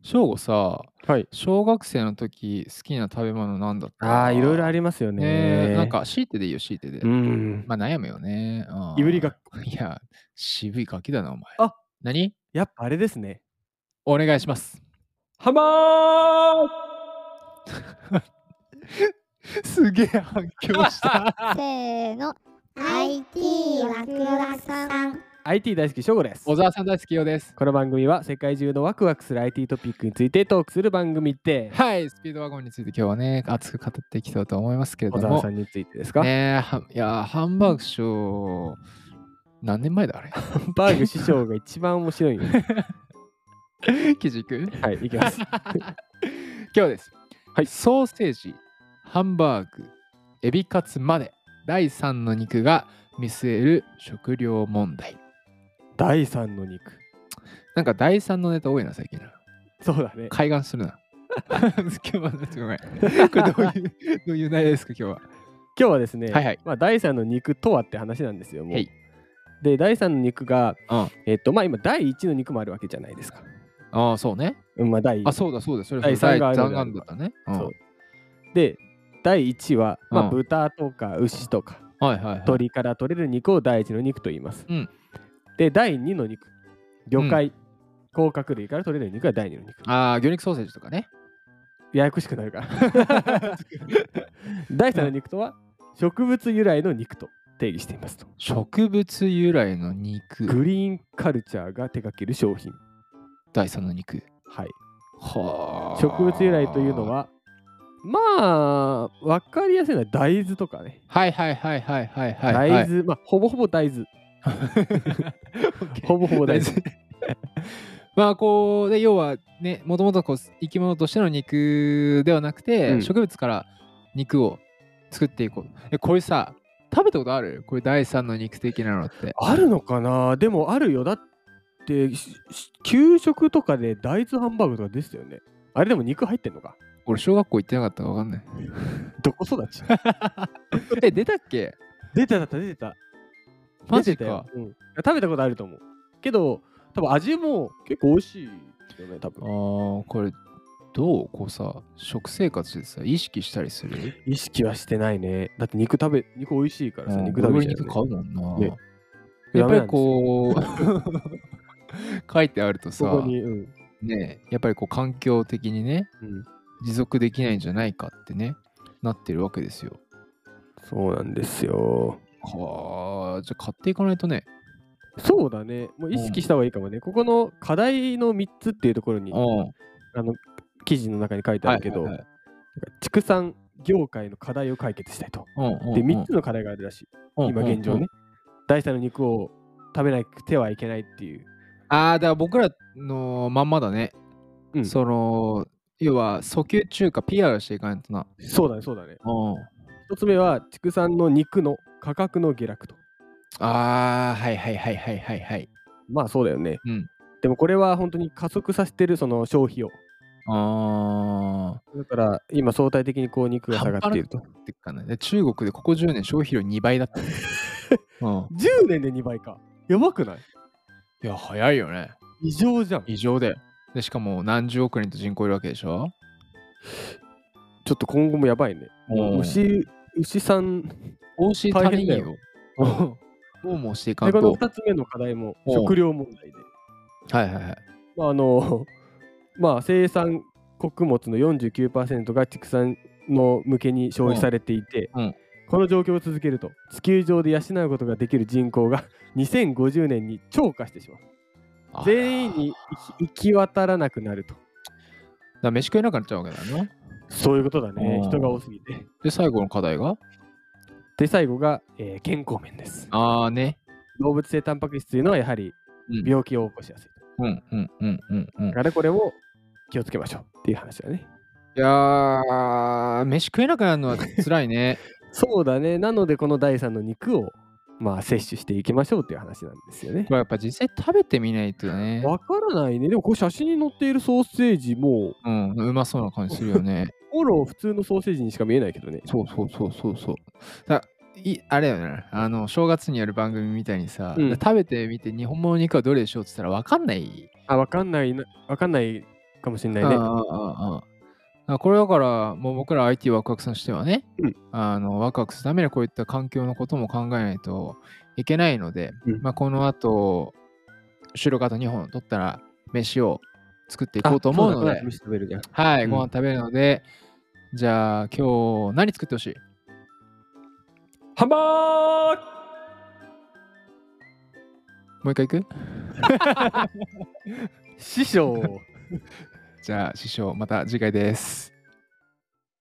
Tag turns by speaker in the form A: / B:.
A: 翔吾さ、
B: はい
A: 小学生の時好きな食べ物なんだった
B: ああ、いろいろあ
A: り
B: りますよ
A: ね
B: ね。
A: えなん、か、強いてでいいよ、強いてで。
B: うん。
A: まあ、悩むよね。うん
B: いぶりがっ、
A: いや、渋いガキだな、お前。
B: あ
A: 何
B: やっぱあれですね。
A: お願いし ます。
B: ハマー
A: すげえ反響した。
C: せーの IT ワクワクさん
B: IT 大好き、しょうごです。
A: 小沢さん大好きようです。
B: この番組は世界中のワクワクする IT トピックについてトークする番組で、
A: はい、スピードワゴンについて今日はね、熱く語っていきたいと思いますけれど
B: 小
A: も。
B: 沢さんについてですか、
A: ねえはいや、ハンバーグショー、何年前だあれ
B: ハンバーグ師匠が一番面白いよね。
A: 基軸
B: はい、 いきます。
A: 今日です。
B: はい
A: ソーセージ、ハンバーグ、エビカツまで第3の肉が見据える食料問題。
B: 第三の肉。
A: なんか第3のネタ多いな、最近な。
B: そうだね。
A: 開眼する な。今日はなんてごめん。 これどういう、どういう内容ですか、今日は。
B: 今日はですね、
A: はいはい
B: まあ、第三の肉とはって話なんですよ。もう
A: はい
B: で、第三の肉が、
A: うん
B: えっと、まあ今、第一の肉もあるわけじゃないですか。
A: ああ、そうね。
B: うん、まあ、第一
A: あ、そうだ、そうだ、それ
B: 第三がある
A: 残
B: のであれ
A: 眼
B: ば
A: だったね。
B: そうんで第1は、まあ
A: うん
B: 豚とか牛とか
A: はいはいはい。
B: 鳥から取れる肉を第1の肉と言います。
A: うん
B: で第2の肉魚介、甲殻類から取れる肉が第2の肉。
A: ああ、魚肉ソーセージとか ね。
B: ややこしくなるから。 第3の肉とは植物由来の肉と定義していますと。
A: 植物由来の肉、
B: グリーンカルチャーが手掛ける商品。
A: 第3の肉。
B: はい、
A: はあ。
B: 植物由来というのはまあ分かりやすいのは大豆とかね。
A: はいはいはいはいはいはい、はい。
B: 大豆、まあほぼほぼ大 豆。
A: ほ
B: ほぼほぼ
A: ぼ
B: 大
A: 大
B: 豆。
A: 豆。まあこうで要はねもともとこう生き物としての肉ではなくて、
B: うん
A: 植物から肉を作っていこうえこれさ食べたことあるこれ第三の肉的なのって
B: あるのかなでもあるよだってしし給食とかで大豆ハンバーグとかでしたよねあれでも肉入ってんのか
A: 俺小学校行ってなかったからわかんない
B: どこ育ち
A: え出たっけ
B: 出てた出てた
A: マジ
B: 出てたよ
A: か、
B: うん食べたことあると思うけど多分味も結構美味しいよね多
A: ああ
B: 分
A: ーこれどうこうさ食生活でさ意識したりする
B: 意識はしてないねだって肉食べ肉美味しいからさ、
A: うん
B: 肉食べ
A: 俺
B: ちゃう
A: 肉買うもんな、
B: ね
A: やっぱり
B: う
A: こう 書いてあると
B: そ
A: さ
B: こに、うん
A: ねやっぱりこう環境的にね
B: うん、
A: 持続できないんじゃないかってねなってるわけですよ。
B: そうなんですよ
A: はあじゃあ買っていかないとね。
B: そうだねもう意識した方がいいかもね、ここの課題の3つっていうところに
A: うん。
B: あの記事の中に書いてあるけど、
A: はいはい
B: 畜産業界の課題を解決したいと。
A: はいうんうんうん
B: で、3つの課題があるらしい。今現状。
A: うんうんう
B: ね
A: ん。
B: 第3の肉を食べなくてはいけないっていう。
A: ああだから僕らのまんまだね。
B: うん
A: その要は訴求中華 PR していかないとな。
B: そうだね、そうだね。
A: うん。
B: 1つ目は畜産の肉の価格の下落と。
A: ああはいはいはいはいはいはい。
B: まあそうだよね。
A: うん。
B: でもこれは本当に加速させてるその消費を。
A: ああ。
B: だから今相対的にこう肉が下がっていると
A: 半。端なくなってっからねで中国でここ10年消費量2倍だ った。うん。
B: 10年で2倍か。やばくない
A: いや早いよね。
B: 異常じゃん。ち
A: 異常で。で、しかも何十億人と人口いるわけでしょ
B: ょっと今後もやばいね。もう牛、牛さん。
A: 大しい
B: 大
A: 他人
B: 変だよ
A: よ。どうもしていか
B: で
A: ん
B: この
A: と。
B: 2つ目の課題も
A: おう
B: 食料問題で、
A: はいはいはい。
B: まああの まあ、生産穀物の49%が畜産の向けに消費されていて、
A: うんうん
B: この状況を続けると地球上で養うことができる人口が 2050年に超過してしまう
A: あー
B: 全員に行き行き渡らなくなると
A: だから飯食えなくなっちゃうわけだね。
B: そういうことだね
A: うん
B: 人が多すぎて
A: で、最後の課題が
B: で最後が、えー健康面です
A: ああね。
B: 動物性タンパク質というのはやはり
A: うん
B: 病気を起こしやすい、
A: うんうんうんうんうん。い
B: だからこれを気をつけましょうっていう話だね
A: やー、飯食えなくなるのは辛い ね。
B: そうだね。なので、この第三の肉を、まあ、摂取していきましょうっていう話なんですよね
A: こ。れやっぱ実際食べてみないとね。
B: わからないね。でも、こう写真に載っているソーセージも、
A: うん、うまそうな感じするよね。
B: オロ普通のソーセージにしか見えないけどね。
A: そうそうそうそうそう。だいあれだよね。あの、正月にやる番組みたいにさ、
B: うん
A: 食べてみて日本の肉はどれでしょうって言ったら分かんない
B: あ、わかんないな、わかんないかもしれ
A: あ
B: ない
A: あ
B: ね。
A: ああああこれだからもう僕ら IT ワクワクさんとしてはね、
B: うん
A: あのワクワクするためにはこういった環境のことも考えないといけないので、
B: うん
A: まあ、この後収録あと2本撮ったら飯を作っていこうと思うの
B: あそだ
A: で
B: この後飯食べるじゃん
A: はい、
B: うん
A: ご飯食べるのでじゃあ今日何作ってほしい
B: ハンバーグ
A: もう一回行く
B: 師匠
A: じゃあ師匠また次回です。